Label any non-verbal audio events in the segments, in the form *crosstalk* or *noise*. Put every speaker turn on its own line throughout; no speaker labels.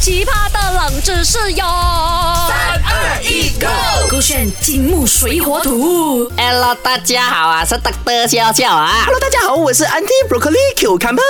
奇葩的冷知识哟！三
二一，Go！
勾选金木水火土。
Hello，大家好啊，是 Dr. 笑笑啊。
Hello，大家好，我是 Anti Broccoli Cucumber。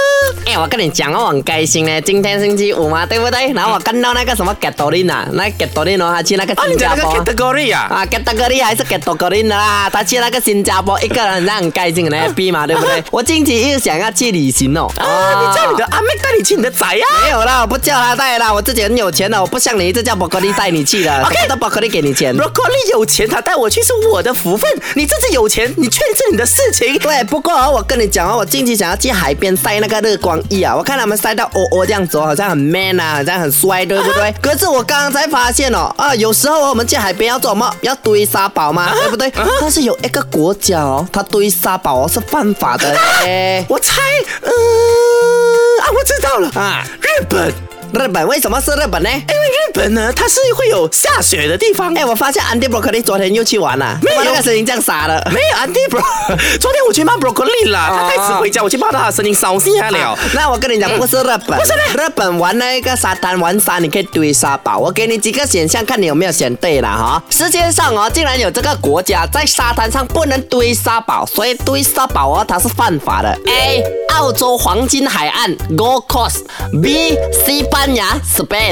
哎、我跟你讲哦，我很开心呢，今天星期五嘛，对不对？然后我看到那个什么 Gatorina，那 Gatorina 哦他去那个
啊，你
新
讲
加
那个
坡。
category 啊？
啊，Gatorina 还是 Gatorina 啦，他去那个新加坡一个人，让很开心的那个 B 嘛，对不
*laughs*
对？我近期又想要去旅行哦。
啊，你叫你的阿妹带你去你的啊宅呀、
没有啦，我不叫他带啦，我自己很有钱的，我不像你一直叫 Broccoli 带你去的，
OK
都 Broccoli 给你钱
b。r o c c o l i 有钱，他带我去是我的福分。你自己有钱，你确是你的事情。
对，不过哦，我跟你讲哦，我近期想要去海边晒那个日光浴啊，我看他们晒到哦哦这样子哦，好像很 man 啊，好像很帅，对不
啊
对？可是我刚刚才发现哦，啊，有时候哦我们去海边要做什么？要堆沙堡
啊
嘛，对不对？但是有一个国家哦，它堆沙堡哦是犯法
*laughs*
的哎嘞。
我猜，嗯、啊，我知道了
啊
啊，日本。
日本为什么是日本呢？
因为日本呢，它是会有下雪的哎地方。
哎，我发现 Andy Broccoli 昨天又去玩了，
没有
我那个声音这样傻了。
没有，Andy bro，昨 *laughs* 天我去骂 broccoli 啦，他太迟回家，我去骂到他的声音烧瞎了。
那我跟你讲，不是日本，嗯不是日本玩那个沙滩玩沙，你可以堆沙堡。我给你几个选项，看你有没有选对了哈。世界上哦，竟然有这个国家在沙滩上不能堆沙堡，所以堆沙堡哦，它是犯法的。A. 澳洲黄金海岸 Gold Coast，B. 西班牙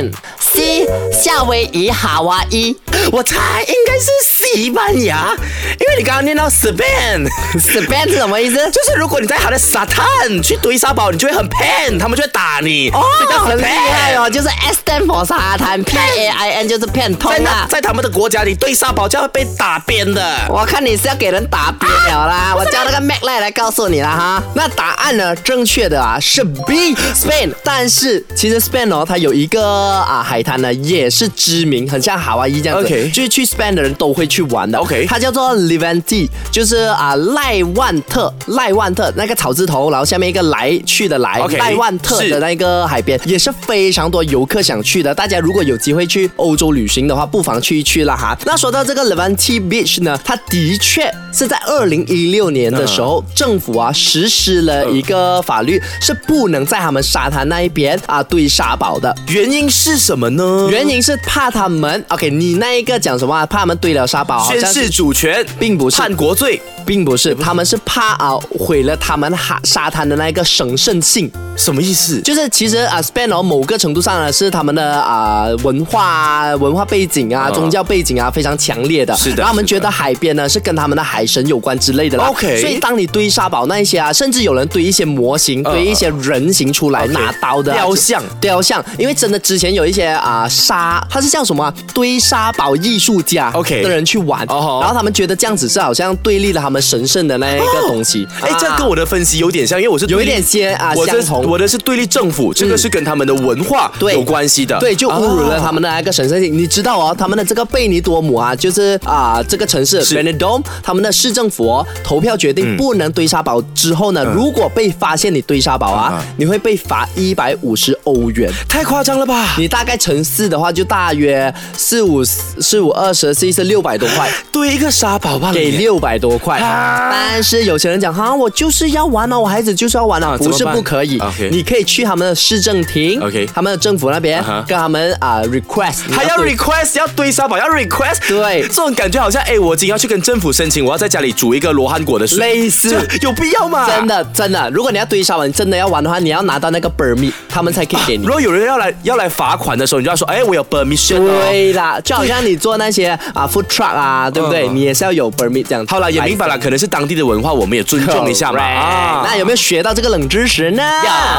Spain，C. 夏威夷夏威夷。
我猜应该是西班
*laughs*
牙，因为你刚刚念到 Spain，
Spain 是什么意思？
就是如果你在他的沙滩去堆沙堡，你就会很 pan，他们就会打你。哦
这个很厉害哦，就是 S stand for 沙滩，P A I N 就是骗通
在
啊
那。在他们的国家里堆沙堡就要被打扁的。
我看你是要给人打扁了啦，
*laughs*
我叫那个 Mac 来来告诉你了哈。那答案呢，正确的啊是 B Spain，但是其实 Spain 哦，它有一个啊海滩呢也是知名，很像夏威夷这样子
OK
就是去 Spain 的人都会去玩的。
OK
它叫做 Levante，就是啊赖万特，赖万特那个草字头，然后下面一个来去的来
OK，
赖万特
是
的那个海边也是非常多游客想去的。大家如果有机会去欧洲旅行的话，不妨去一去啦哈。那说到这个 Levante Beach 呢，它的确是在二零一六年的时候，政府啊实施了一个法律，是不能在他们沙滩那一边啊堆沙堡的。
原因是什么呢？
原因是怕他们，OK，你那一个讲什么、啊？怕他们堆了沙堡，好
宣
像
誓主权，
并不是
叛国罪。
并不是，他们是怕啊毁了他们哈沙滩的那一个神圣性。
什么意思？
就是其
嗯
实啊，Spain 哦，某个程度上呢是他们的啊、文化啊、文化背景啊、
嗯
宗教背景啊非常强烈的，
是的
然后他们
是
觉
的
得海边呢是跟他们的海神有关之类的啦。
OK
所以当你堆沙堡那一些啊，甚至有人堆一些模型、堆一些人形出来
嗯 OK
拿刀的啊
雕像
雕像，因为真的之前有一些啊沙，它是叫什么啊、堆沙堡艺术家
OK
的人去玩
哦吼
然后他们觉得这样子是好像对立了他们神圣的那一个东西。
哎，这跟我的分析有点像，因为我是
啊有
对
一
立
点些啊
我
相
的
同。嗯
我的是对立政府，这个是跟他们的文化
对
有关系的，啊
对，就侮辱了他们的那个神圣性。你知道哦，他们的这个贝尼多姆啊，就是啊、这个城市
是
Benidorm，他们的市政府、哦、投票决定不能堆沙堡之后呢，如果被发现你堆沙堡啊，
嗯
你会被罚一百五十欧元。
啊，太夸张了吧？
你大概乘四的话，就大约四五四五二十，是是六百多块。
堆一个沙堡吧，
给
你
六百多块。
啊
但是有些人讲哈，我就是要玩啊，我孩子就是要玩啊，
怎
不
么
是
办
不可以
OK，
你可以去他们的市政厅
OK
他们的政府那边
啊哈
跟他们啊 request，你
还要
对
request 要堆沙堡，要 request，
对
这种感觉好像哎，我今天要去跟政府申请，我要在家里煮一个罗汉果的水，
类似
这有必要吗？
真。的真的，如果你要堆沙堡，你真的要玩的话，你要拿到那个 permit，他们才可以给你
啊如。果有人要来要来罚款的时候，你就要说，哎，我有 permission 哦。
对啦，就好像你做那些啊 food truck 啊，对不对？
嗯
你也是要有 permit 这样。
好了，也明白了，可能是当地的文化，我们也尊重一下嘛。啊
Correct 那有没有学到这个冷知识呢？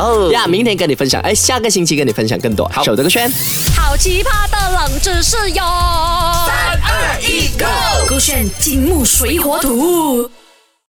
有
呀，明天跟你分享，哎，下个星期跟你分享更多。好，守这个圈。
好奇葩的冷知识哟！三二一，Go！勾选金木水火土。